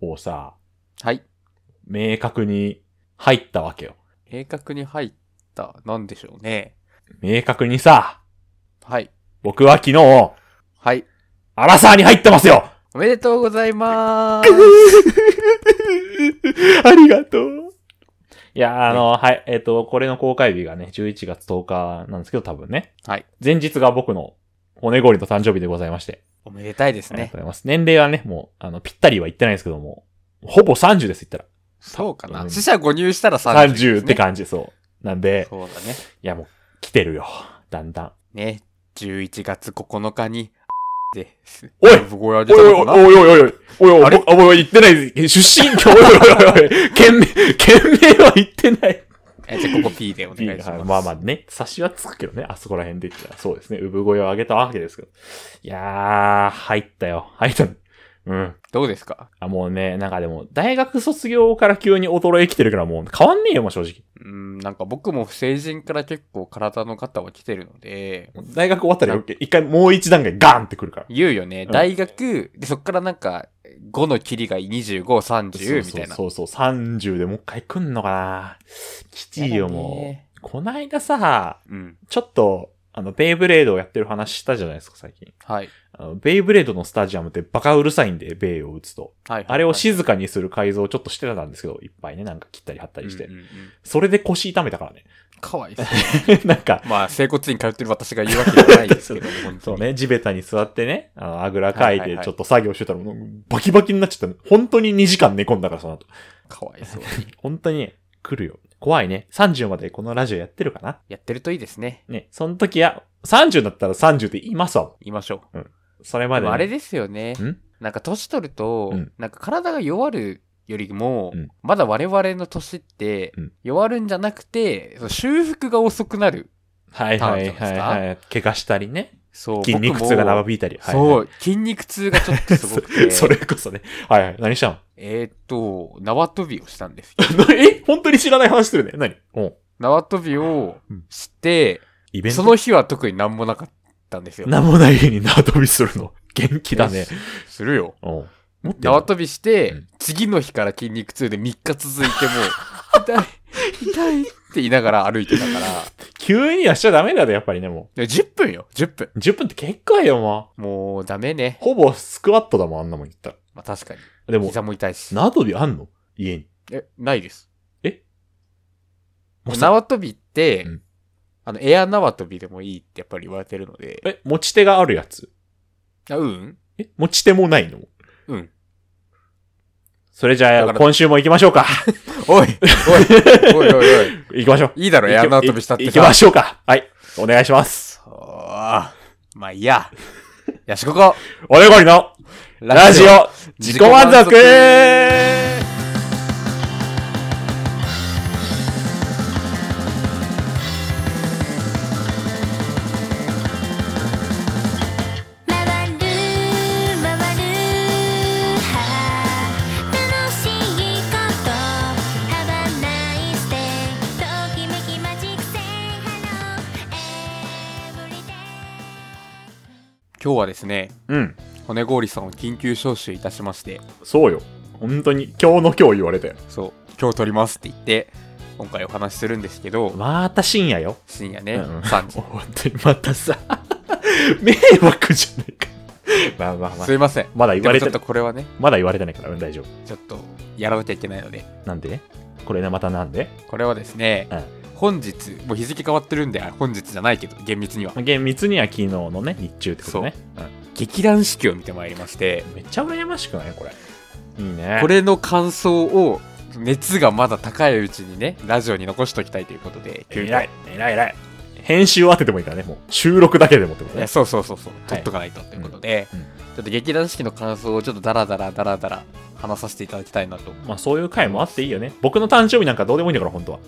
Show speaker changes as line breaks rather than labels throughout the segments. をさ、
はい。
明確に入ったわけよ。
明確に入った、なんでしょうね。
明確にさ、
はい。
僕は昨日、
はい。
アラサーに入ってますよ
おめでとうございまーす。
ありがとう。いや、あの、はい、えっ、と、これの公開日がね、11月10日なんですけど、多分ね。
はい。
前日が僕の骨氷の誕生日でございまして。
おめでたいです
ありがと
ね
う。ございます。年齢はね、もう、あの、ぴったりは言ってないですけども、ほぼ30です、言ったら。
そうか
う
な。
ん
死者誤入したら30
30,、
ですね、
って感じ、そう。なんで、
そうだね。
いやもう、来てるよ。だんだん。
ね。11月9日に、です。
おい
ごや
おいおいおいおいおいおいおいおいおいおい
じたのかな
おいおいおい言ってないです。出身地おいおいおいおい県名、県名は言ってない。
えじゃあ、ここ P でお願いします。
まあまあね、差しはつくけどね、あそこら辺で言ったら。そうですね、産声を上げたわけですけど。いやー、入ったよ。入った。うん。
どうですか
あ、もうね、なんかでも、大学卒業から急に衰えきてるからもう変わんねえよ、もう正直。
うん、なんか僕も成人から結構体の方は来てるので、
大学終わったら一回もう一段階ガーンってくるから。
言うよね。
うん
大学、で、そっからなんか、5の切りが25、30みたいな。
そうそうそう、30でもう一回来んのかなきちいよ、も
ね
う。こないださ、
うん。
ちょっと、あの、ベイブレードをやってる話したじゃないですか、最近。
はい。
あの、ベイブレードのスタジアムってバカうるさいんで、ベイを打つと。
はい。
あれを
っ
静かにする改造をちょっとしてたんですけど、いっぱいね、なんか切ったり貼ったりして。
うんうんうん
それで腰痛めたからね。
かわいそう。
なんか、
まあ、整骨院通ってる私が言うわけじゃないですけど、本当に。
そうね、地べたに座ってね、あの、あぐらかい
はいはい
て
はい
ちょっと作業してたら、もうバキバキになっちゃったの。本当に2時間寝込んだから、その後。
かわいそう。
本当に来るよ。怖いね。30までこのラジオやってるかな
やってるといいですね。
ね、その時は、30だったら30で言いますわ。
言いましょ
それ
う。
ま
で
で
も
ね、
あれですよね
ん。
なんか年取ると、
うん
なんか体が弱るよりも、
うん
まだ我々の年って
うん、
弱るんじゃなくて、その修復が遅くなる。
はいは
ターンじ
い
ゃないで
は
す
い
か
はい。怪我したりね。
そう。
筋肉痛が長引いたり。
僕もそ
は
う、筋肉痛がちょっと
い
すごくて
は。い。 それこそね。はいはい。何したの
えーっと、縄跳びをしたんですよ。
え本当に知らない話してるね。何おう
縄跳びを
うん
して、
イベント
その日は特になんもなかったんですよ。
何もない家に縄跳びするの。 元気だね。
するよ。
おう持ってん
縄
の
跳びして、
うん
次の日から筋肉痛で3日続いてもう、 痛い、痛いって言いながら歩いてたから、
急にはしちゃダメだよ、やっぱりね、も
で10分よ、10分。
う。10分って結構よ、も
もうダメね
う。。ほぼスクワットだもん、あんなもん言ったら。
まあ確かに。
でも、
膝も痛いし。
縄跳びあんの家に。
え、ないです。
えもうさ
縄跳びって、
うん
あの、エア縄跳びでもいいってやっぱり言われてるので、
え、持ち手があるやつ。
あうん
え、持ち手もないの
うん。
それじ
だ
ゃあ、
から
今週も行きましょうか。
おい、おい、おい、おい、おい。
行きましょう。
いいだろ、エア縄跳びしたって
行きま
し
しょうか。はい。お願いします。
ょう。まあいいや。よしここ、
おでこりのラジオ自己満足
「まわるまわる楽しいこと」「ハバナイステときめきマジックセイハローエブリデイ」
今日はですね、
うん。
骨氷さんを緊急招集いたしまして、
そうよ。本当に、今日の今日言われたよ。
そう、今日撮りますって言って、今回お話しするんですけど、
また深夜よ。
深夜ね、
うんうん
3時。
本当に またさ、 迷惑じゃないか。まあまあまあ
す。いません。
まだ言
で
わ
も
れ
ちょ
て
っと、これはね、
まだ言われてないから、うん、大丈夫。
ちょっとやらなきゃいけないので、
なんでこれね、またなんで
これはですね、
うん
本日、もう日付変わってるんで、あ本日じゃないけど、厳密には、
厳密には昨日のね、日中ってことね。う
劇団四季を見てまいりまして、
ん。めっちゃ羨ましくないこれ。いいね。
これの感想を、熱がまだ高いうちにね、ラジオに残しときたいということで、急遽
偉い、偉い、偉い。編集を当ててもいいからね、もう収録だけでもってこと
いや
ね。
そうそうそうそう、取っとかないとということで、
うんうん
ちょっと劇団四季の感想をちょっとダラダラダラダラ話させていただきたいなと
まあそういう回もあっていいよね。僕の誕生日なんかどうでもいいんだから、本当は。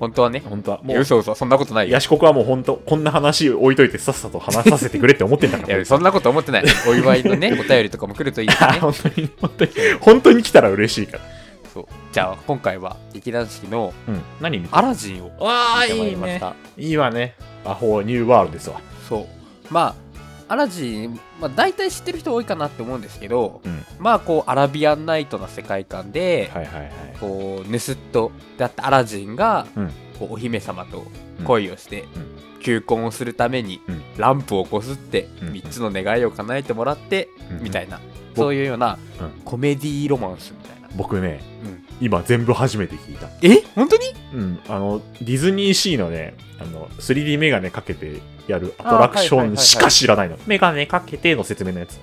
本当はね
本当は。も
もう
う、
嘘嘘そんなことないよ
ヤシコクはもう本当、こんな話置いといてさっさと話させてくれって思ってんだか
い
ら。
やそんなこと思ってないお祝いの ねお便りとかも来るといいですね
本当に、本当に、 本当に来たら嬉しいから。
そうじゃあ今回は劇団四季の
うん。何見
「アラジン」を
わ
見てまいりました
いいわね。魔法ニューワールドですわ。
そうまあアラジン、まあ、大体知ってる人多いかなって思うんですけど、
うん
まあこうアラビアンナイトな世界観で、
はいはいはい。
こうヌスッとだったアラジンが、
うん
こうお姫様と恋をして、求婚をするために、
うん
ランプをこすって、
うん
3つの願いを叶えてもらって、
うん
みたいな
ぼ
そういうような、
うん
コメディーロマンスみたいな、
僕ね、
うん、
今全部初めて聞いた。
え本当に
うん、あの、ディズニーシーのね、あの、3D メガネかけてやるアトラクシ
あはいは
ョ
いはいは
ン
い
しか知らないの。メガネかけての説明のやつ。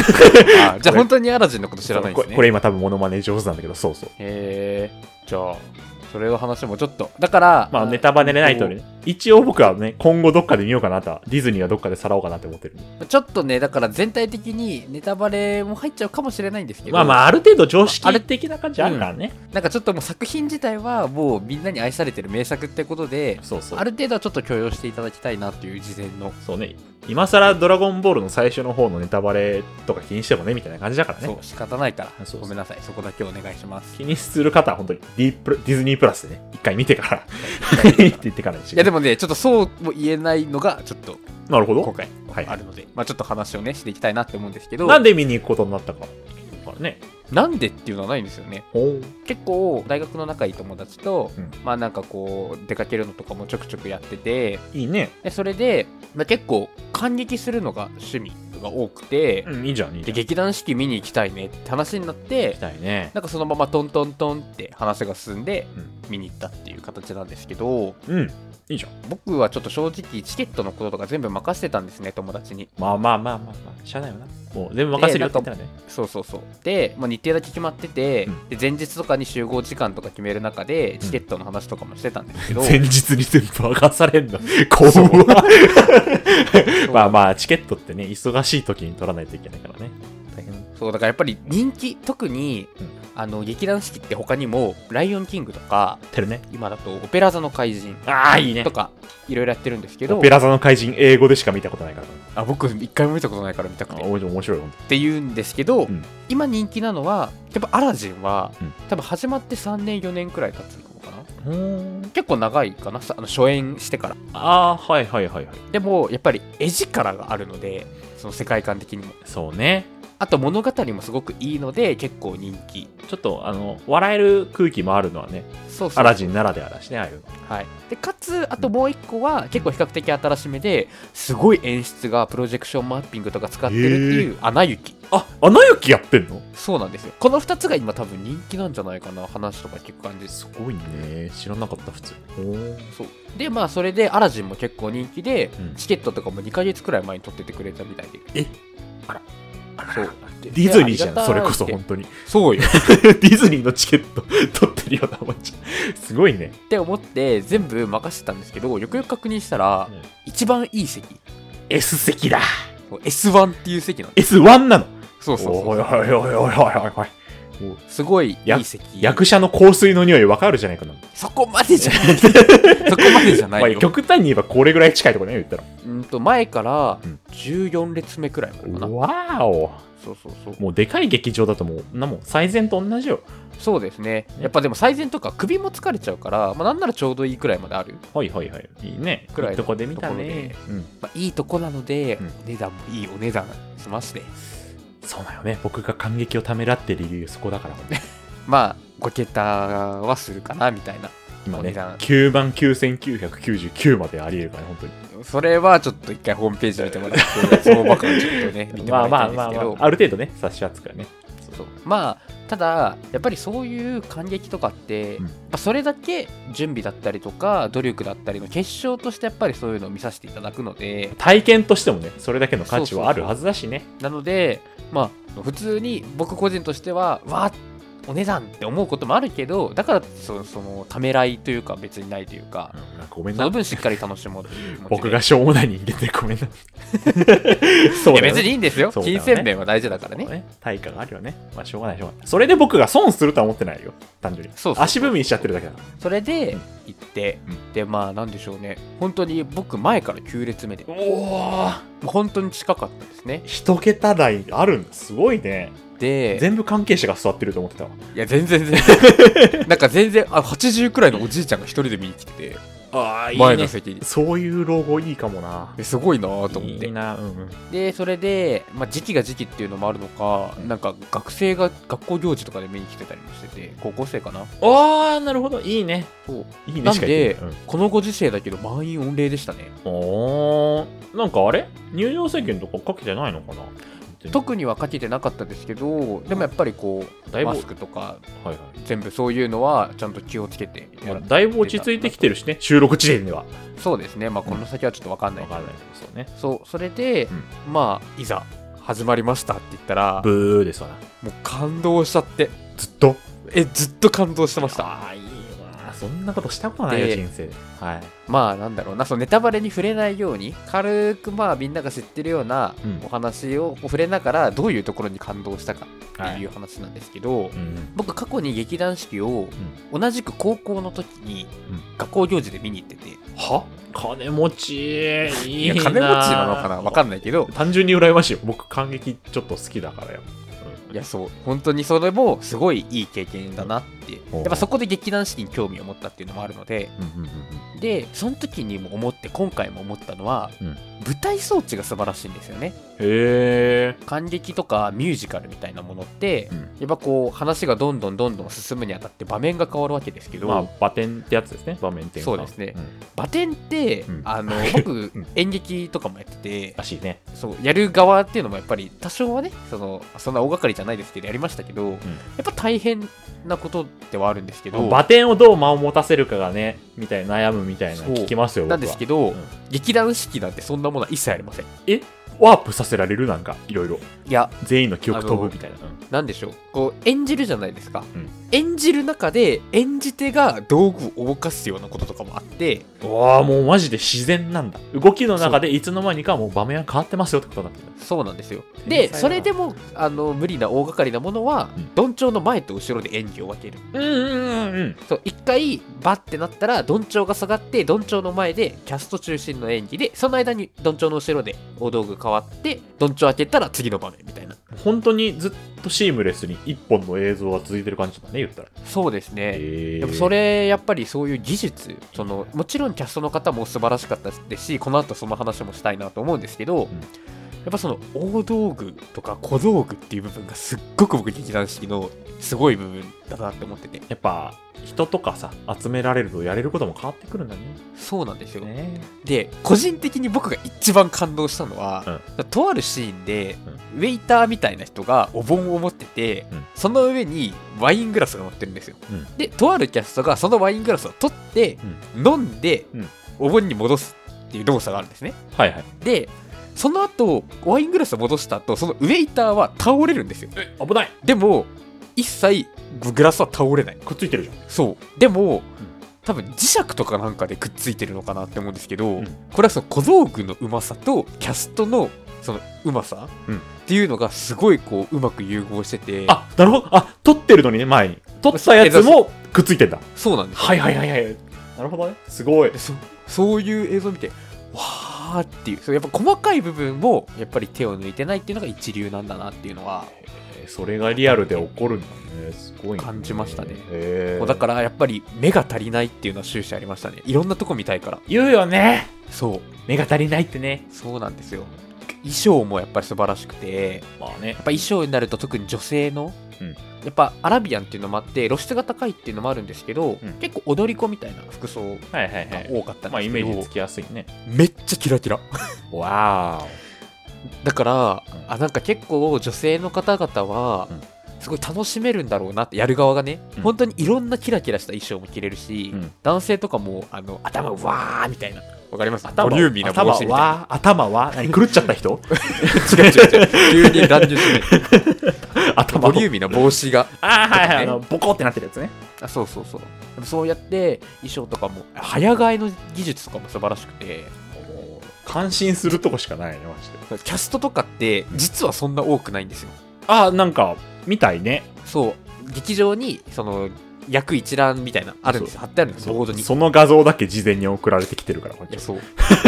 あじゃあ本当にアラジンのこと知らないんで
こ
すね
れこれ今多分モノマネ上手なんだけど、そうそう。
へえじゃあそれの話もちょっとだから
まあ、ネタバレでないとね。一応僕はね、今後どっかで見ようかなとは、ディズニーはどっかでさらおうかなって思ってる。
ちょっとねだから全体的にネタバレも入っちゃうかもしれないんですけど
まあまあ、ある程度常識
まあある
的な感じあるからね。
なんかちょっともう作品自体はもうみんなに愛されてる名作ってことで
そうそう
あ。る程度はちょっと許容していただきたいなっていう事前の、
そうね。今更ドラゴンボールの最初の方のネタバレとか気にしてもね、みたいな感じだから
そう
ね。
仕方ないから
そうそう
ごめんなさいそこだけお願いします
気にする方は本当にディプロディズニープラスでね、一回見てから、 って言ってからにして
いやでもねちょっとそうも言えないのがちょっと
なるほ
今
ど。
回
はい
あるので、まあ、ちょっと話をねしていきたいなって思うんですけど
なんで見に行くことになったか。からね。
なんでっていうのはないんですよね
ほう。
結構大学の仲いい友達と、
うん
まあなんかこう出かけるのとかもちょくちょくやってて
いいね。
でそれで、まあ、結構感激するのが趣味が多くて、
うん、いいじゃん、いいじゃん。行
で劇団四季見に行きたいねって話になって
きたいね。
なんかそのままトントントンって話が進んで
うん
見に行ったっていう形なんですけど
うん。いいじゃん。
僕はちょっと正直チケットのこととか全部任せてたんですね友達に
まあまあまあまあまあ、しゃあないよな。もう全部任せるよって言ったらね。
そうそうそうで、まあ、日程だけ決まってて、
うん
で前日とかに集合時間とか決める中でチケットの話とかもしてたんですけど、
前日に 全部明かされん の。怖っまあまあ、チケットってね、忙しい時に取らないといけないからね。大変。
そうだからやっぱり人気特に、
うん
あの劇団四季って他にも「ライオンキング」とか
てるね。
今だと「オペラ座の怪人
ああ、いいね」
と。かいろいろやってるんですけど
オペラ座の怪人、英語でしか見たことないから。
あ僕一回も見たことないから見たく
あ
て
面白い面白い、本
って言うんですけど、
うん
今人気なのはやっぱ「アラジンは」
うん
多分始まって3年4年くらい経つのかな
当に。
結構長いかなさあの初演してから
ああ、はいはいはいはい。
でもやっぱり絵力があるのでその世界観的にも
そうね。
あと物語もすごくいいので結構人気
ちょっと、あの、笑える空気もあるのはね、
そうそう
アラジンならではだしね、ああいうの。
はい、でかつあともう一個は結構比較的新しめですごい演出がプロジェクションマッピングとか使ってるっていう「アナ雪
あ、アナ雪やってんの」
そうなんですよこの2つが今多分人気なんじゃないかな話とか聞く感じです
すごいね。知らなかった、普通。
そうでまあそれでアラジンも結構人気で、
うん
チケットとかも2ヶ月くらい前に取っててくれたみたいで
え
あらそう
ディズニーじゃ
いや
ん、それこそ、
ありが
本 当に。
たいってそうよ
ディズニーのチケット取ってるようなもんじゃん。すごいね。
って思って全部任せてたんですけどよくよく確認したら、
うん
一番いい席
S 席だ。
そう S1 っていう席なんで
S1 なの。
すそうそう
おい
そう
おいおいおいおいおいおいおい。
すごいい
や
い席
役者の香水の匂いわかるじゃないかな。
そこまでじゃない そこまでじゃない
ま
よ
あ、極端に言えばこれぐらい近いところね、言ったら。
うんと前から
うん
14列目くらいまでかな、
わーお。
そうそうそう
もうでかい劇場だともう、なもん最前と同じよ。
そうですね
ね
やっぱでも最前とか首も疲れちゃうから、まあ、なんならちょうどいいくらいまである、
はいはいはい。いいね。
くらいの
いいとこで見たね
と。
うん。
まあ、いいとこなので、
うん
値段もいいお値段しまして
そうだよね。僕が感激をためらってる理由、そこだから。
まあ5桁はするかなみたいな
今
お
ね、
値段
9万9999まであり得るからね、本当に。
それはちょっと一回ホームページ見てもらって相場感ちょ っとね見て
ま
もら
あ
いた
ま
い
あまあ
んですけ
ま
ど
あ、ある程度ね、差し扱いね。
そうまあただやっぱりそういう感激とかって、
うん
まあそれだけ準備だったりとか努力だったりの結晶としてやっぱりそういうのを見させていただくので
体験としてもね、それだけの価値はあるはずだしね。
なのでまあ普通に僕個人としてはわあお値段って思うこともあるけどだからそのそのためらいというか別にないというか、
うんなんかごめん
そ
な
の。分しっかり楽しもうという気持ちで
僕がしょうもない人間でごめん な。そう
いや
だよね
別にいいんですよ、
そうだよ
金
ね
銭面は大事だからね
そうね。対価があるよね。まあ、しょうがない、しょうがない。それで僕が損するとは思ってないよ。単純に。
そうそうそう
足踏みにしちゃってるだけだから。
それで行って、
うん
でまあなんでしょうね本当に僕前から9列目でも
おお
う本当に近かったですね
一桁台あるんだ。すごいね。
で
全部関係者が座ってると思ってたわ。
いや全然全然なんか全然あ80くらいのおじいちゃんが一人で見に来てて
ああ、いい
前の
ね。
席
そういう老後いいかもな。
えすごいなと思っ
い
て
いな、うんうん。
でそれで、まあ、時期が時期っていうのもあるのかなんか学生が学校行事とかで見に来てたりもしてて高校生かな
ああ、なるほど。いいね。
そう
いいね
なん
しか言っ
で
てない、
このご時世だけど満員御礼でしたね
うん、おーなんかあれ入場制限とかかけてないのかな
特にはかけてなかったですけどでもやっぱりこ
だ
う
いぶ
マスクとか
はいはい
全部そういうのはちゃんと気をつけて
ま
や
あ、
る
だいぶ落ち着いてきてるしね、収録時点では。
そうですねまあこの先はちょっと分かんない
わ
けど
かんないけど、そうね。
そうそれで、まあいざ始まりましたって言ったら
ブーですわな。
もう感動しちゃって
ずっと
えずっと感動してました
ああ、いいわ。そんなことしたことないよ、
で
人生で。はい。
まあなんだろうなそのネタバレに触れないように軽くまあみんなが知ってるような
うん
お話をこう触れながらどういうところに感動したかって
はい
いう話なんですけど、
うん。
僕過去に劇団四季を同じく高校の時に
うん
学校行事で見に行ってて、
は金持ちい
い
いな
や金持ちなのかなわかんないけど
単純に羨ましいよ僕感激ちょっと好きだからよ、うん
いやそう本当にそれもすごいいい経験だなって
うん
やっぱそこで劇団四季に興味を持ったっていうのもあるので
うんうんうん
でその時にも思って今回も思ったのは、
うん
舞台装置が素晴らしいんですよね
へえ、
感激とかミュージカルみたいなものって
うん
やっぱこう話がどんどんどんどん進むにあたって場面が変わるわけですけど、
まあ場点ってやつですね場面転換
そうですね
ん
場点って、
うん
あの僕
うん
演劇とかもやってて
らしいね
そうやる側っていうのもやっぱり多少はねそのそんな大掛かりじゃないですけどやりましたけど、やっぱ大変なことではあるんですけど
場点をどう間を持たせるかがねみたいな悩むみたいな
そう
聞きますよ僕
な
は
んですけど、
うん
劇団四季なんてそんなものは一切ありませんい
ワープさせられるなんかいろいろ
や
全員の記憶飛ぶみたいな
なんでしょうこう演じるじゃないですか、
うん
演じる中で演じ手が道具を動かすようなこととかもあって
うわあもうマジで自然なんだ動きの中でいつの間にかもう場面は変わってますよってことだったんだ
そうなんですよ
天才
で
だな
それでもあの無理な大掛かりなものは、
うん
どんちょうの前と後ろで演技を分ける
うんうんうん
そう一回バッてなったらどんちょうが下がってどんちょうの前でキャスト中心の演技でその間にどんちょうの後ろでお道具変わってどんちょう開けたら次の場面みたいな
本当にずっとシームレスに一本の映像が続いてる感じだね言ったら
そうですね、
え
でもそれやっぱりそういう技術そのもちろんキャストの方も素晴らしかったですしこの後その話もしたいなと思うんですけど、やっぱその大道具とか小道具っていう部分がすっごく僕劇団四季のすごい部分だなって思ってて
やっぱ人とかさ集められるとやれることも変わってくるんだね
そうなんですよ、
ね
で個人的に僕が一番感動したのは、とあるシーンで、ウェイターみたいな人がお盆を持ってて、
うん
その上にワイングラスが乗ってるんですよ、
うん
でとあるキャストがそのワイングラスを取って、飲んで、
うん
お盆に戻すっていう動作があるんですね
はいはい
でその後ワイングラスを戻した後そのウェイターは倒れるんですよ
危ない
でも一切グラスは倒れない
くっついてるじゃん
そうでも、多分磁石とかなんかでくっついてるのかなって思うんですけど、
ん
これはその小道具のうまさとキャストのそのうまさ、
うん
っていうのがすごいこううまく融合してて
あなるほどあ取ってるのにね前に取ったやつもくっついてんだ
そうなんですよ
はいはいはいはいなるほどねすごい
でそそういう映像を見てわーっていうそうやっぱ細かい部分もやっぱり手を抜いてないっていうのが一流なんだなっていうのは、
えーそれがリアルで起こるんだねすごいね
感じましたね
へー
もうだからやっぱり目が足りないっていうのは終始ありましたねいろんなとこ見たいから
言うよね
そう
目が足りないってね
そうなんですよ衣装もやっぱり素晴らしくて
まあね
やっぱ衣装になると特に女性の、
うん
やっぱアラビアンっていうのもあって露出が高いっていうのもあるんですけど、
うん
結構踊り子みたいな服装
はいはいは
が
い
多かったん
まあ
で
イ
す
メ
けど、
ージつきやすいね
めっちゃキラキ ラ
わ
だから
う、ん
あなんか結構女性の方々は、
うん
すごい楽しめるんだろうなってやる側がね、
うん
本当にいろんなキラキラした衣装も着れるし、
うん
男性とかもあの頭うわーみたいなわかります
頭
ボリューミーな帽子みたいな
は頭は何狂っちゃった 人
違う違う違う急に乱入してね
頭
ボ
の
リューミーな帽子が
ああはいはいあ
ね
のボコってなってるやつね
あそうそうそうでもそうやって衣装とかも早替えの技術とかも素晴らしくて
感心するとこしかないねマジで
キャストとかって実はそんな多くないんですよ
ああなんかみたいね
そう劇場にその役一覧みたいなあるんですよ貼ってあるんですよボードにい
その画像だけ事前に送られてきてるからこっち
やそう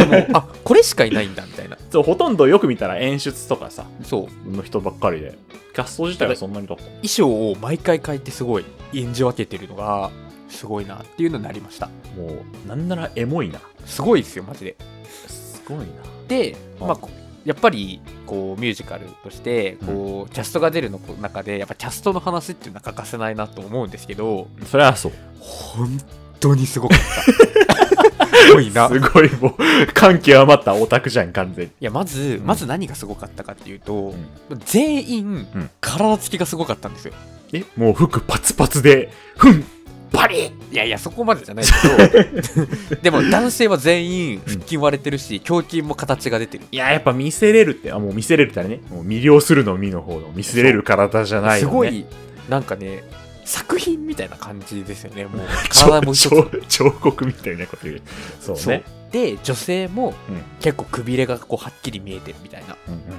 でもあこれしかいないんだみたいな
そうほとんどよく見たら演出とかさ
そう
の人ばっかりでキャスト自体はそんなにだった
衣装を毎回変えてすごい演じ分けてるのがすごいなっていうのになりました
もう、なんならエモいな。
すごいですよマジです
ごいな。
で、
あ
まあ、こやっぱりこうミュージカルとしてこう、キャストが出るのこ中でやっぱキャストの話っていうのは欠かせないなと思うんですけど
それはそう。
本当にすごかった すごいな
すごい、もう、感極まったオタクじゃん、完全に。
いやまず、
うん
まず何がすごかったかっていうと、
う
全員、
うん
体つきがすごかったんですよ
え、もう服パツパツで、ふんパリッ
いやいやそこまでじゃないけ どでも男性は全員腹筋割れてるし、胸筋も形が出てる
いや、やっぱ見せれるって、あ、もう見せれるってあれね。もう魅了するのみの方の見せれる体じゃない
す
よ、ね。
ごいなんかね作品みたいな感じですよね もう体も一つ
彫彫刻みたいなこと言う。そう
そう
ね。
で女性も
うん
結構くびれがこうはっきり見えてるみたいな
うんうんうんうん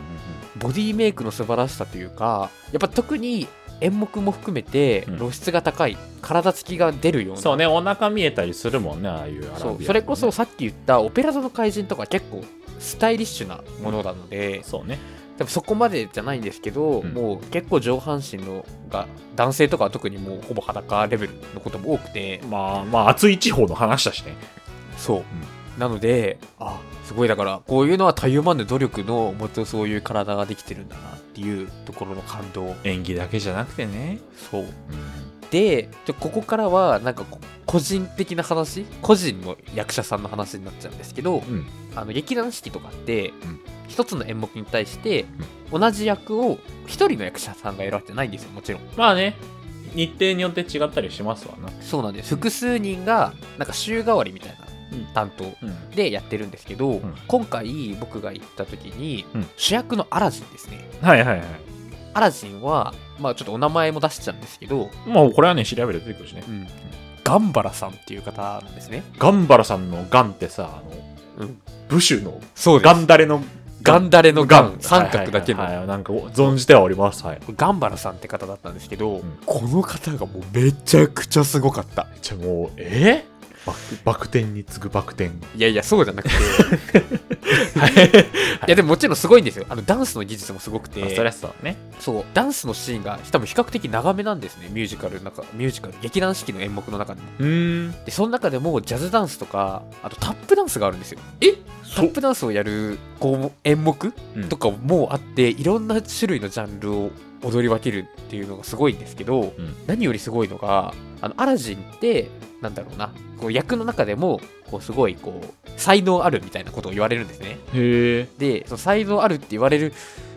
ボディメイクの素晴らしさというかやっぱ特に演目も含めて
うん
露出が高い、体つきが出るような
そうね、お腹見えたりするもんね、ああいうアラビアと
そ
か
う
ね
それこそ、さっき言った「オペラ座の怪人」とか結構スタイリッシュなものなので、
そうね。
多分そこまでじゃないんですけど、
うん
もう結構上半身のが男性とかは特にもうほぼ裸レベルのことも多くて
まあ、まあ、暑い地方の話だしね。
そう、なのであすごいだからこういうのはたゆまぬ努力のもとそういう体ができてるんだなっていうところの感動
演技だけじゃなくてね。
そう
うん
ででここからはなんかこ個人的な話個人の役者さんの話になっちゃうんですけど、
うん
あの劇団四季とかって、
うん
一つの演目に対して、同じ役を一人の役者さんがやるわけじゃないんですよもちろん
まあね、日程によって違ったりしますわな。
そうなんです複数人がなんか週替わりみたいな
うん
担当
うん。
でやってるんですけど、
ん
今回僕が行った時に、
うん
主役のアラジンですね
はいはいはい。
アラジンはまあちょっとお名前も出しちゃうんですけど、
まあ、これはね、調べると出てくるしね。
ガンバラさんっていう方なんですね、
ガンバラさんのガンってさ、あの、武州の
そう
ガンダレの
ガンダレのガン三角だけ
はいはい
の
はいなんか存じてはおりますはい
ガンバラさんって方だったんですけど、
ん
この方がもうめちゃくちゃすごかった
じゃあもうえー、バクバク転に次ぐバク転
いやいやそうじゃなくてい
はい
やでももちろんすごいんですよあのダンスの技術もすごくて
そりゃそうね
そうダンスのシーンが多分比較的長めなんですねミュージカルの中ミュージカル劇団四季の演目の中でも
うん
でその中でもジャズダンスとかあとタップダンスがあるんですよ
え
タップダンスをやるこう演目
うん
とかもあって、いろんな種類のジャンルを踊り分けるっていうのがすごいんですけど、
うん
何よりすごいのがあのアラジンってなんだろうなこう役の中でもこうすごいこう才能あるみたいなことを言われるんですね
へえ
でその才能あるって言われる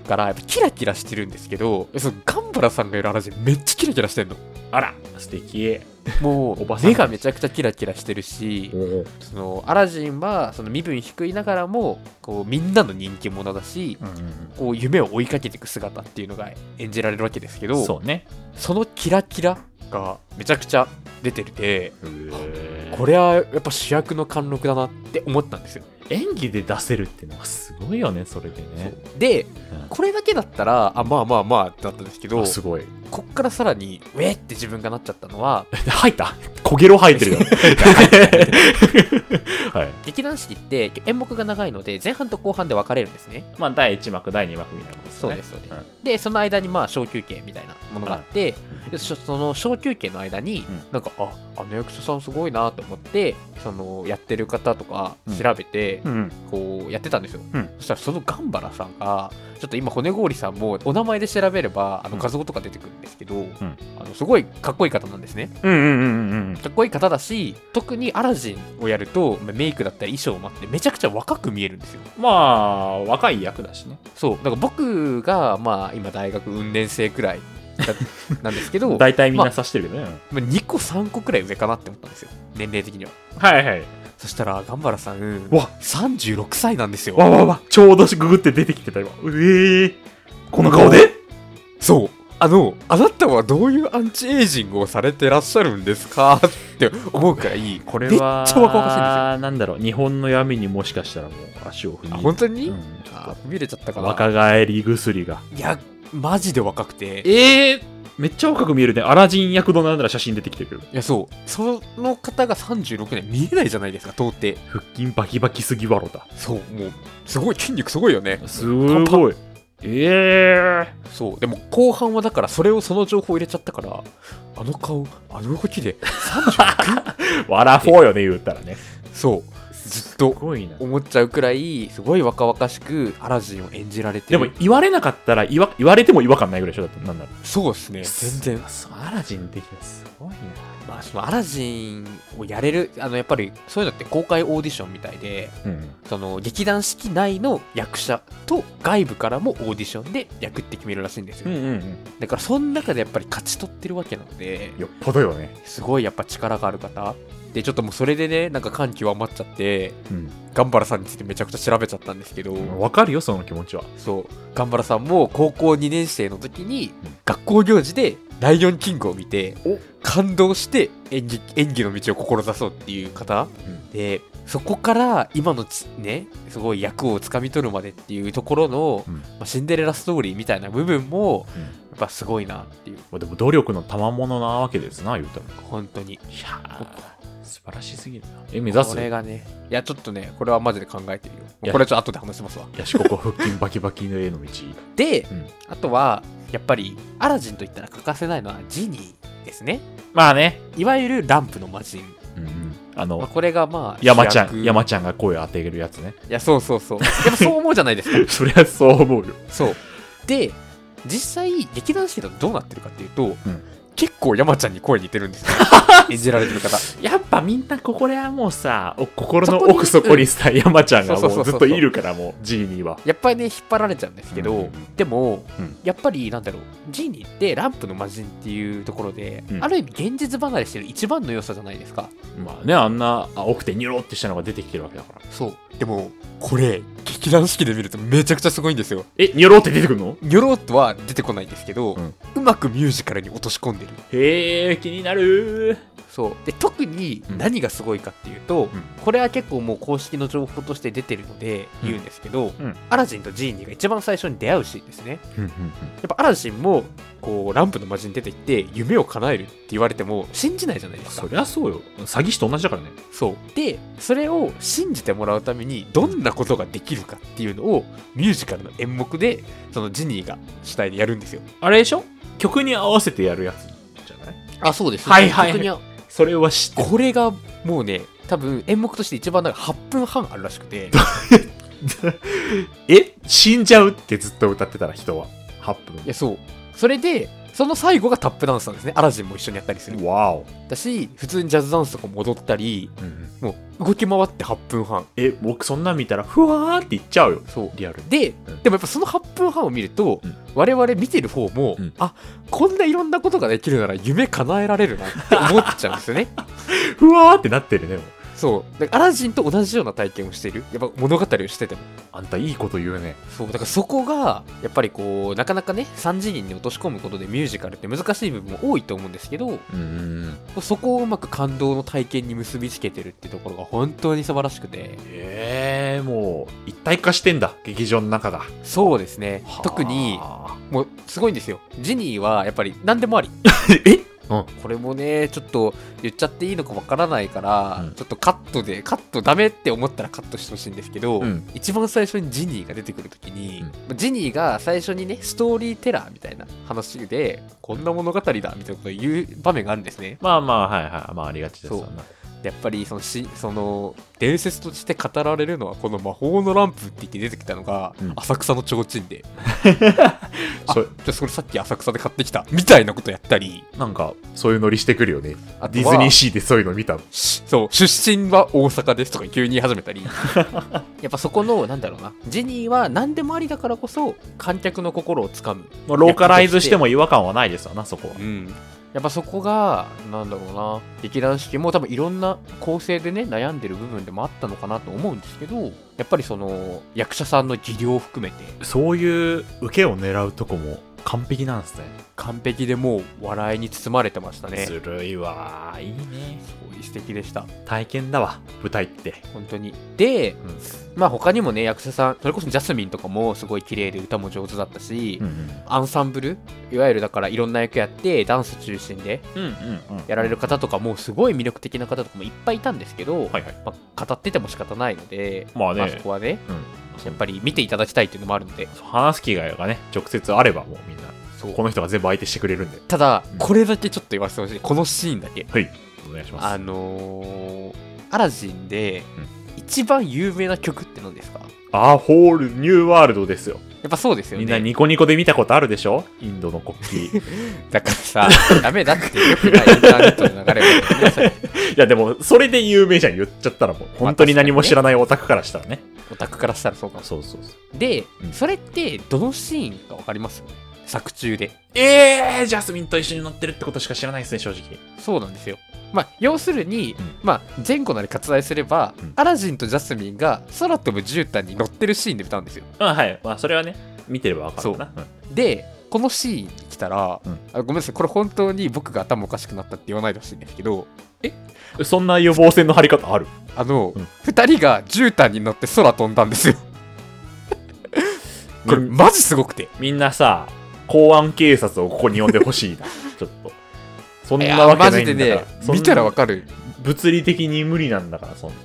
からやっぱキラキラしてるんですけどそのガンバラさんがいるアラジンめっちゃキラキラしてんの
あら素敵
も
おば
う
さん
目がめちゃくちゃキラキラしてるし
お
そのアラジンはその身分低いながらもこうみんなの人気者だし、こう夢を追いかけていく姿っていうのが演じられるわけですけど
そうね
そのキラキラがめちゃくちゃ出ててこ
れ
れはやっぱ主役の貫禄だなって思ったんですよ、
演技で出せるってのはすごいよねそれでね
そうで
うん
これだけだったらあまあまあまあだったんですけど
あすごい
こっからさらにウェって自分がなっちゃった のは
吐いた焦げろ吐いてる よはい
劇団四季って演目が長いので前半と後半で分かれるんですね
まあ第1幕第2幕みたいなこと
そう
ね
ですそうです、
うん
でその間にまあ小休憩みたいなものがあって、でそその小休憩の間に、
うん
なんかああの役者さんすごいなと思ってそのやってる方とか調べて、
うん
こうやってたんですよ、
うん
そしたらそのガンバラさんがちょっと今骨氷さんもお名前で調べればあの画像とか出てくるんですけど、あのすごいかっこいい方なんですね
うんうんうんうん
かっこいい方だし特にアラジンをやるとメイクだったり衣装もあってめちゃくちゃ若く見えるんですよ
まあ、若い役だしね。
そうだから僕がまあ今大学運年生くらい だなんですけどまあ
大体みんな指してるけどね。
2個3個くらい上かなって思ったんですよ年齢的には
はいはい。
そしたらガンバラさん
わ
36歳なんですよ
わわわ、ちょうどググって出てきてた今。ええこの顔で
そうあのあなたはどういうアンチエイジングをされてらっしゃるんですか って思うくらい
これ
めっちゃ
は、
若々しいんですよ
なんだろう、日本の闇にもしかしたらもう足を踏み。
あ本当に、
うんちょっ
あ見れちゃった
と
かな
若返り薬が。
いやマジで若くて
ええめっちゃ若く見えるね。アラジン役のなんなら写真出てきてるけど。
いやそうその方が36年見えないじゃないですか到底
腹筋バキバキすぎわろだ。
そうもうすごい筋肉すごいよね
すごい。え
そうでも後半はだからそれをその情報入れちゃったからあの顔あの動きで 36?
えわらフォーよね、言ったらね。
そうずっ
す
と
ごいな。
思っちゃうくらいすごい若々しくアラジンを演じられて
で
る
も、言われなかったら、言わ言われても違和感ないぐらいでしょ、だって、なんだろう。
そうですね全然
そうアラジン的な、すごいな。
まあ、そのアラジンをやれるあのやっぱりそういうのって公開オーディションみたいで
うん。
その劇団四季内の役者と外部からもオーディションで役って決めるらしいんです
うん
よ、
うんうん。
だからその中でやっぱり勝ち取ってるわけなので
よっぽどよね。
すごいやっぱ力がある方でちょっともうそれでねなんか感極まっちゃって
うん。
ガンバラさんについてめちゃくちゃ調べちゃったんですけど、
わかるよ、その気持ちは。
そうガンバラさんも高校2年生の時に学校行事で「ライオンキング」を見て
お
感動して演技演技の道を志そうっていう方、
うん
でそこから今のちねすごい役をつかみ取るまでっていうところの、
うん
まあシンデレラストーリーみたいな部分も、
うん
やっぱすごいなっていう
まあでも、努力の賜物なわけですな、言うたら。い
本当に
やー、素晴らしすぎるな。え、目指す
これがねいやちょっとねこれはマジで考えてる
い
よ
や
これはちょっと後で話しますわ
ヤシココ腹筋バキバキの絵の道。
で、
うん
あとはやっぱりアラジンといったら欠かせないのはジニーですね
まあね。
いわゆるランプの魔人、
うんうん。あ
まあ、
の、
これがまあ
山ちゃ
主
ん、
役
山ちゃんが声を当てるやつね。
いやそうそうそうやっぱそう思うじゃないですか
そりゃそう思うよ。
そうで実際劇団四季だとどうなってるかっていうと、
うん
結構山ちゃんに声似てるん ですよ演じられてる方
やっぱみんなここではもうさ、お心の
そこに
奥底にさ、山ちゃんが
そうそ
も
う
う
そう
ず
そ
っ
う
といるから、もう、ジーニーは。
やっぱりね引っ張られちゃうんですけど、
うんうんうん
でも、
うん
やっぱりなんだろうジーニーってランプの魔人っていうところで、
うん
ある意味現実離れしてる一番の良さじゃないですか
まあね、あんな青くてニョロってしたのが出てきてるわけだから。
そうでもこれ劇団四季で見るとめちゃくちゃすごいんですよ
え、ニョロって出てくるの
ニョロッとは出てこないんですけど、う
うん
まくミュージカルに落とし込んでる
へえ、気になる
そうで特に
うん
何がすごいかっていうと、これは結構もう公式の情報として出てるので
うん
言うんですけど、
うん
アラジンとジーニーが一番最初に出会うシーンですね
うんうんうん
やっぱアラジンもこうランプの魔人に出て行って夢を叶えるって言われても信じないじゃないです
そ
か
りゃそうよ。詐欺師と同じだからね。
そうでそれを信じてもらうためにどんなことができるかっていうのをミュージカルの演目でそのジニーが主体でやるんですよ
あれでしょ曲に合わせてやるやつじゃない
あそうです
はいはいはい
特にあ
それは知って
これがもうね多分演目として一番なんか8分半あるらしくて
え死んじゃうってずっと歌ってたら人は。8
いやそうそれでその最後がタップダンスなんですねアラジンも一緒にやったりする
分。わお。
だし普通にジャズダンスとか戻ったりもう動き回って8分半
え、僕そんなん見たら、ふわーって言っちゃうよ。
そう
リアルに。
で、
うん
でもやっぱその8分半を見ると、
うん
我々見てる方も、
うん
あこんないろんなことができるなら夢叶えられるなって思っちゃうんですよ ね
ふわーってなってるね。もう
そうだからアラジンと同じような体験をしているやっぱ物語をしてても
あんたいいこと言うね。
そうだからそこがやっぱりこうなかなかね3次元に落とし込むことでミュージカルって難しい部分も多いと思うんですけど
うん。
そこをうまく感動の体験に結びつけてるってところが本当に素晴らしくて
ええもう、一体化してんだ、劇場の中が。
そうですね特にもうすごいんですよジニーはやっぱり何でもあり
え
これもねちょっと言っちゃっていいのかわからないから、
うん
ちょっとカットでカットダメって思ったらカットしてほしいんですけど、
うん
一番最初にジニーが出てくる時に、ジニーが最初にねストーリーテラーみたいな話でこんな物語だみたいなことを言う場面があるんですね
まあまあ、はいはい。まあ、ありがちですよな。
やっぱりそのしその伝説として語られるのはこの魔法のランプって言って出てきたのが
うん
浅草の提灯で、
そう
あじゃあそれさっき浅草で買ってきたみたいなことやったり
なんか、そういうノリしてくるよね。
あとは
ディズニーシーでそういうの見たの。
しそう出身は大阪ですとか急に言い始めたり やっぱそこのなんだろうなジェニーは何でもありだからこそ観客の心をつかむ、
まあローカライズしても違和感はないですよな、そこは。
うん、やっぱそこがなんだろうな劇団四季も多分いろんな構成でね悩んでる部分でもあったのかなと思うんですけどやっぱりその役者さんの技量を含めて
そういう受けを狙うとこも完璧なんですね。
完璧でもう笑いに包まれてましたねす
ずるいわー。いいね。
ごい素敵でした
体験だわ、舞台って。
本当にで
うん。
まあ他にもね役者さんそれこそジャスミンとかもすごい綺麗で歌も上手だったし、
ん
アンサンブルいわゆるだからいろんな役やってダンス中心で
うん。うんうんうん。
やられる方とかもすごい魅力的な方とかもいっぱいいたんですけど、
はいはい。
まあ、語ってても仕方ないので、
まあ
まあ、そ
ね
こ、はね
うん。
やっぱり見ていただきたいっていうのもあるので
話す機会がね、直接あればもうみんな、
そう
この人が全部相手してくれるんで。
ただ
うん
これだけちょっと言わせてほしいこのシーンだけ
はい。お願いします。
あのーアラジンで一番有名な曲って何ですか
あー、ホール、ニューワールドですよ。
やっぱそうですよ
みんな
ね
ニコニコで見たことあるでしょインドの国旗。 い
だからさダメだってよくない インターネットの流れを皆さん
や、でも、それで有名じゃん言っちゃったらもう、本当に何も知らないオタクからしたらね。
オタクからしたらそうかも
そうそうそう。
で、
うん
それってどのシーンか分かります作中で
えー、ジャスミンと一緒に乗ってるってことしか知らないですね、正直。
そうなんですよまあ要するに、
うん
まあ前後なり割愛すれば、
うん
アラジンとジャスミンが空飛ぶ絨毯に乗ってるシーンで歌うんですよ
うん、はい。まあ、それはね、見てればわかるかな。
でこのシーンに来たら、
うん
あごめんなさいこれ本当に僕が頭おかしくなったって言わないでほしいんですけど
うんそんな予防線の張り方ある
あの、
うん
二人が絨毯に乗って空飛んだんですよこれ
み
マジすごくて
みんなさ、公安警察をここに呼んでほしいな。 ちょっと。そん
い
な
や
わけ
マ
な
ジ
いんだ
で
から。
ね
そんな
見たらわかる
物理的に無理なんだから、そんな。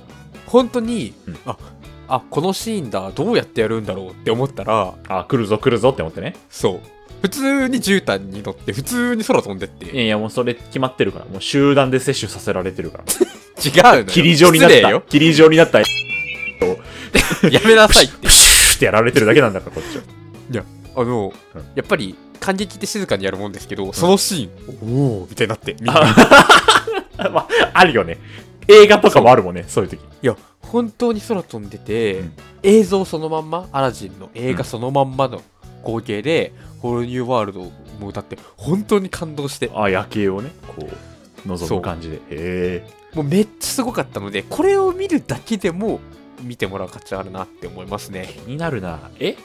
本当に、
うん
ああこのシーンだどうやってやるんだろうって思ったら
あ、来るぞ来るぞって思ってね。
そう普通に絨毯に乗って普通に空飛んでっ
い
て違
やいや、もうそれ決まってるから。もう集団で摂取させられてる から。
うの
霧状になっ
失礼
た。霧状になった。
よやめな
プ
さい
シ
っ
ュ
て
プシュってやられてるだけなんだから、こっちは。
あ の、
うん
やっぱり感激って静かにやるもんですけどそのシーン、おおみたいになってみんな
あまあ、あるよね。映画とかもあるもんね、そういう時。
いや本当に空飛んでて、
うん
映像そのまんまアラジンの映
う
画
ん
そのまんまの光景で「ホールニューワールド」も歌って本当に感動して
あ、夜景をね、こう、覗む感じで。へえ。
もうめっちゃすごかったのでこれを見るだけでも見てもらう価値あるなって思いますね
気になるな。え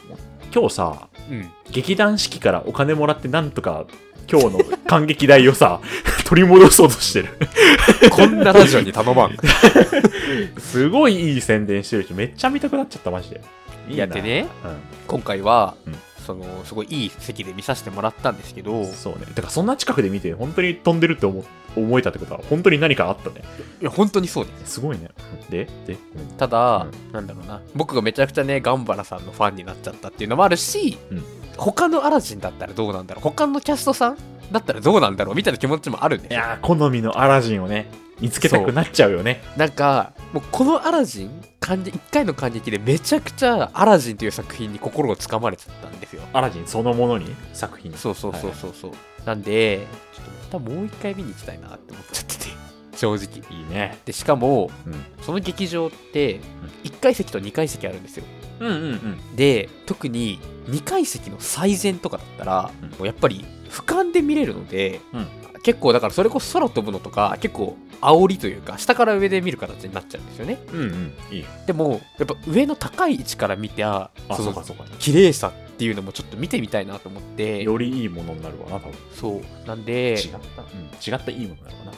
今日さ、
うん
劇団四季からお金もらってなんとか今日の感激代をさ 取り戻そうとしてる
こんなラジオに頼まん
すごいいい宣伝してるしめっちゃ見たくなっちゃったマジでいいな
やってね、今回は、そのすごいいい席で見させてもらったんですけど
うん、そうねてかそんな近くで見て本当に飛んでるって思思えたってことは本当に何かあったね
いや本当にそうです
すごいねででごめん
ただ、
う
なんだろうな僕がめちゃくちゃねガンバラさんのファンになっちゃったっていうのもあるし、
うん
他のアラジンだったらどうなんだろう他のキャストさんだったらどうなんだろうみたいな気持ちもあるん
い
で
やー好みのアラジンをね見つけたくなっちゃうよね
なんかもうこのアラジン感じ1回の感激でめちゃくちゃアラジンという作品に心をつかまれちゃったんですよ
アラジンそのものに作品に
そうそうそうそうそう、なんでちょっとまたもう一回見に行きたいなって思っちゃって て正直
いいね
でしかも
うん
その劇場って1階席と2階席あるんですよ
うんうんうん
で特に2階席の最前とかだったら、
うん
もうやっぱり俯瞰で見れるので、
うん
結構だからそれこそ空飛ぶのとか結構煽りというか下から上で見る形になっちゃうんですよね
うんうんいい
でもやっぱ上の高い位置から見てあ
あそ
そ
う
の
かそうか
綺麗さっていうのもちょっと見てみたいなと思って
よりいいものになるわな多分
そうなんで
違った、うん、違ったいいものなのかな、
や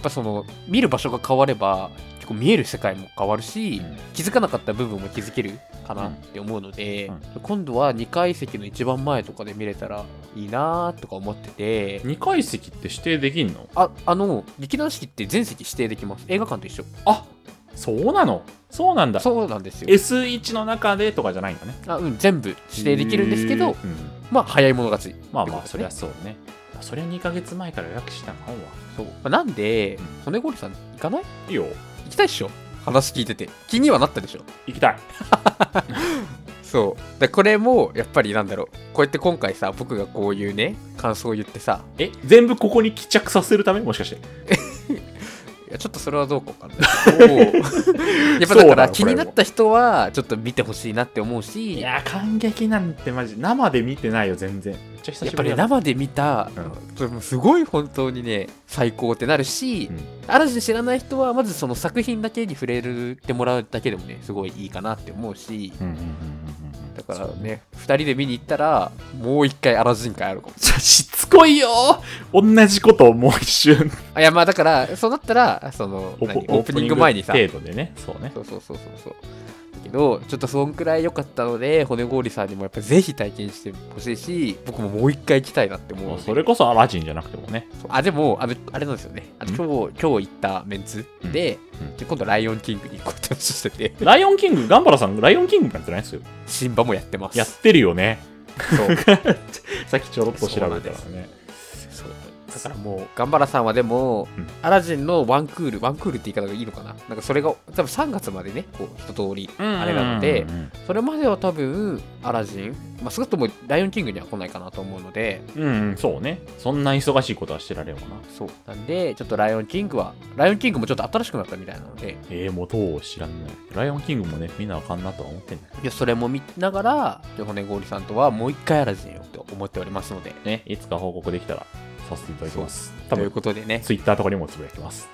っぱその見る場所が変われば結構見える世界も変わるし、気づかなかった部分も気づけるかなって思うので、
うん
今度は2階席の一番前とかで見れたらいいなーとか思ってて、
2階席って指定できんの
ああの劇団四季って全席指定できます映画館と一緒
あそうなのそうなんだ
そうなんですよ
S1 の中でとかじゃないんだね
あ、うん、全部指定できるんですけ
へ
ど
ー、
まあ早い者勝ち
まあま
っ
あ
て
そ
こと
り
で
ゃ
す
そうねあそりゃ2ヶ月前から予約したのは
そう、まあなんで
うん
骨氷さん行かない
いいよ
行きたいっしょ話聞いてて気にはなったでしょ
行きたい
そうでこれもやっぱりなんだろうこうやって今回さ僕がこういうね感想を言ってさ
え全部ここに帰着させるためもしかして
いやちょっとそれはどうかわかんないけど やっぱだから気
そうなのこれも
になった人はちょっと見てほしいなって思う
い
しや
やー感激なんてマジ生で見てないよ全然めっちゃ久
っ
しぶ
ぱ
り
り
だ
生で見た、それもすごい本当にね最高ってなるし、嵐知らない人はまずその作品だけに触れるってもらうだけでもねすごいいいかなって思うし、
うんうんうんうんうんうん
だからね、二人で見に行ったら、もう一回アラジン会あるかも。
じゃあしつこいよー同じことをもう一瞬
あいや、まあだから、そうなったら、その、
オ
何
ー
オープニング前にさ、
程度でねそうね
そうそうそうそうそう。だけど、ちょっとそんくらい良かったので、骨氷さんにもやっぱぜひ体験してほしいし、僕ももう一回行きたいなって思う
も
の
う
で。
それこそアラジンじゃなくてもね
そうあ、でも、あの、あれなんですよね。あの
ん
今日、今日行ったメンツで、
うんうん
で今度ライオンキングに行こうって話してて、
ライオンキングガンバラさんライオンキングなんてないですよ
シンバもやってます。
やってるよ ね
そう。
さっきちょろっと調べたら
そう
ね
そうだからもう、ガンバラさんはでも、
うん
アラジンのワンクール、ワンクールって言い方がいいのかな、なんかそれが、多分3月までね、こう一通り、あれなので
うんうん
それまでは多分、アラジン、まあ、少なくともライオンキングには来ないかなと思うので、
うんうん、うんそうねそんな忙しいことはしてられるかな
そう。なんで、ちょっとライオンキングは、ライオンキングもちょっと新しくなったみたいなので、
えー、もうどう知らんないライオンキングもね見なあかんなとは思ってんだけど
いやそれも見ながら、じゃあ骨氷さんとはもう一回アラジンをと思っておりますので、
ねいつか報告できたらさせていただきます多
という
分
ことでね、
ツイッターとかにもつぶやきます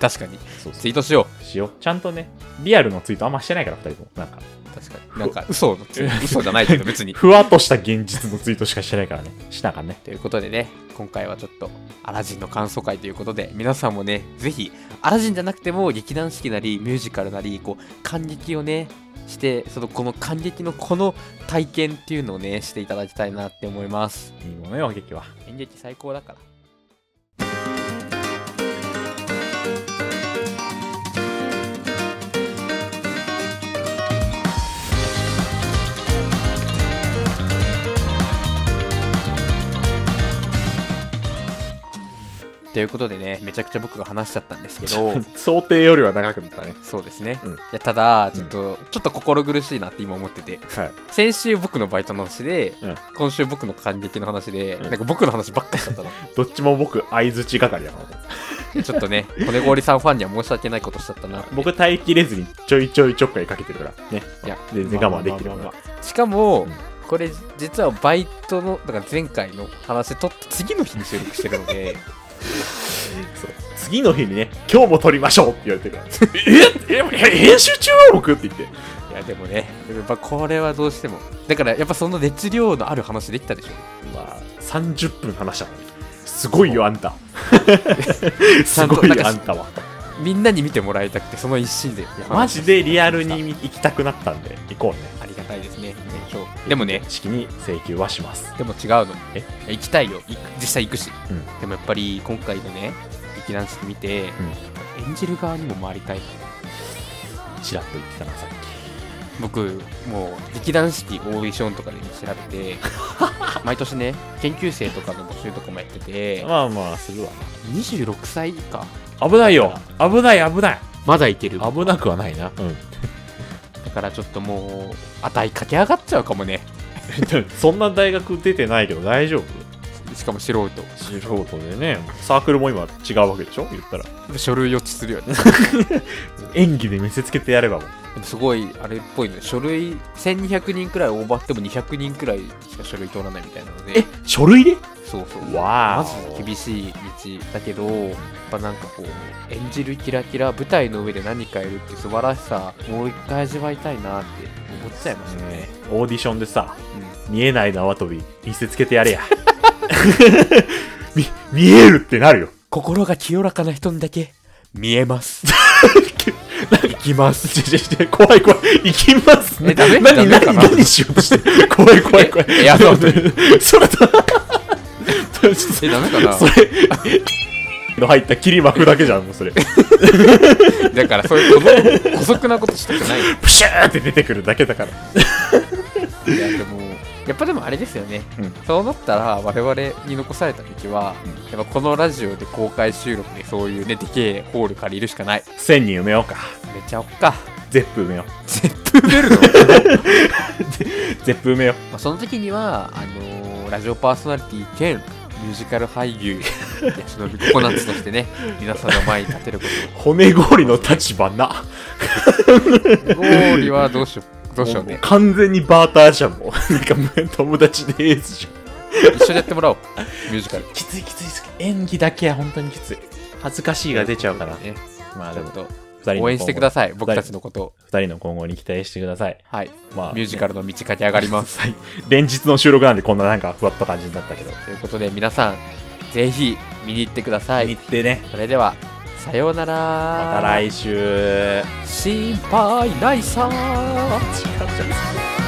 確かに、
そうそ
ツイートしよ
うしようちゃんとねリアルのツイートあんましてないから2人ともなんか
う。確かに。なんか、嘘のツイート、嘘じゃないけど、別に。
ふわっとした現実のツイートしかしてないからね。しなあかんね。
ということでね、今回はちょっとアラジンの感想会ということで、皆さんもね、ぜひ、アラジンじゃなくても劇団四季なりミュージカルなり、こう、感激をね、して、その、この感激のこの体験っていうのをね、していただきたいなって思います。
いいものよ、劇は。
演劇最高だから。ということでね、めちゃくちゃ僕が話しちゃったんですけ ど、
想定よりは長くなったね。
そうですね。
うん
いやただ、ちょっと、ちょっと心苦しいなって今思ってて、
はい。
先週僕のバイトの話で、
うん
今週僕の感激の話で、
うん
なんか僕の話ばっかりだったな
どっちも僕、相づち係だ から。
ちょっ とね骨氷さんファンには申し訳ないことしちゃったな
僕、耐えきれずにちょいちょいちょっかいかけてるから。ね。
いや
全然我慢できてる
まあま
か
あまあまあしかも、
うん
これ実はバイトのだから前回の話取って次の日に収録してるので
ら。そう次の日にね、今日も撮りましょうって言われてから。 えええ編集中は僕って言って。
いやでもねやっぱこれはどうしてもだからやっぱその熱量のある話できたでしょ
まあ、30分話したのに。すごいよ、あ んた。
ちゃ
す
んと
ごい
なん
よ、
か
あんたは。
みんなに見てもらいたくてその一心で
マジでリアルに行きたくなったんで、行こうね。
ありがたいですねそうでもね
式に請求はします。
でも違うの
え
行きたいよ行く実際行くし、
うん
でもやっぱり今回のね劇団四季見て、演じる側にも回りたい
ちらっと言ってたな、さっき。
僕もう劇団四季オーディションとかで調べ て毎年ね研究生とかの募集とかもやってて
まあまあ、するわ。
26歳以下
危ないよ。危ない、危ない。
まだいけるだ
危なくはないな。うん。
からちょっともう値駆け上がっちゃうかもね
そんな大学出てないけど大丈夫
しかも素人
素人でね。サークルも今違うわけでしょ言ったら。
書類予知するよね
演技で見せつけてやればもう。
でもすごいあれっぽいね書類1200人くらい応募あっても200人くらいしか書類通らないみたいなので
え、書類で
そうそう
わ
ま
ーお
ず厳しい道だけどやっぱなんかこう演じるキラキラ舞台の上で何かやるって素晴らしさもう一回味わいたいなって思っちゃいましたね、
オーディションでさ、見えない縄跳び見せつけてやれ や。み、見えるってなるよ。
心が清らかな人にだけ見えます行きます
ちょちょちょ怖い怖い。行きますね。
えダメダ
何、
メか
何、
な
何しようとしてる。怖い怖い怖い。
えエアソフト
それだ。
えダメ か
それ、の 入った切り幕だけじゃん、もうそれ。プ
なだからそういうこの姑息なことしたくない
シューって出てくるだけだから。
いやでもやっぱでもあれですよね、
うん
そうなったら我々に残された道は、やっぱこのラジオで公開収録でそういうねでけえホール借りるしかない
1000人埋めようか。
めちゃおっか
ゼップ埋めよ
絶対出るの
う。 ゼップ埋めよ
まあその時にはあのーラジオパーソナリティ兼ミュージカル俳優ヤシノリココナッツとして ね皆さんの前に立てるこ
う。骨氷の立場な。
とゴーリはどうしよ うどうしよう
も
ね
完全にバーターじゃん、もう。なんかもう友達でエースじゃん。
一緒にやってもらおうミュージカル
きついきついっす演技だけは本当にきつい。恥ずかしいが出ちゃうから。
ね
まあ
ち
で
ょっ
も、
と
人の
応援してください、僕たちのこと。
二人の今後に期待してください。
はい。
まあ、
ミュージカルの道駆け上がります。はい。
連日の収録なんでこんななんかふわっと感じになったけど。
ということで、皆さん、ぜひ見に行ってください
行。ってね。
それでは、さようなら。
また来週。
心配ないさ
違うじゃん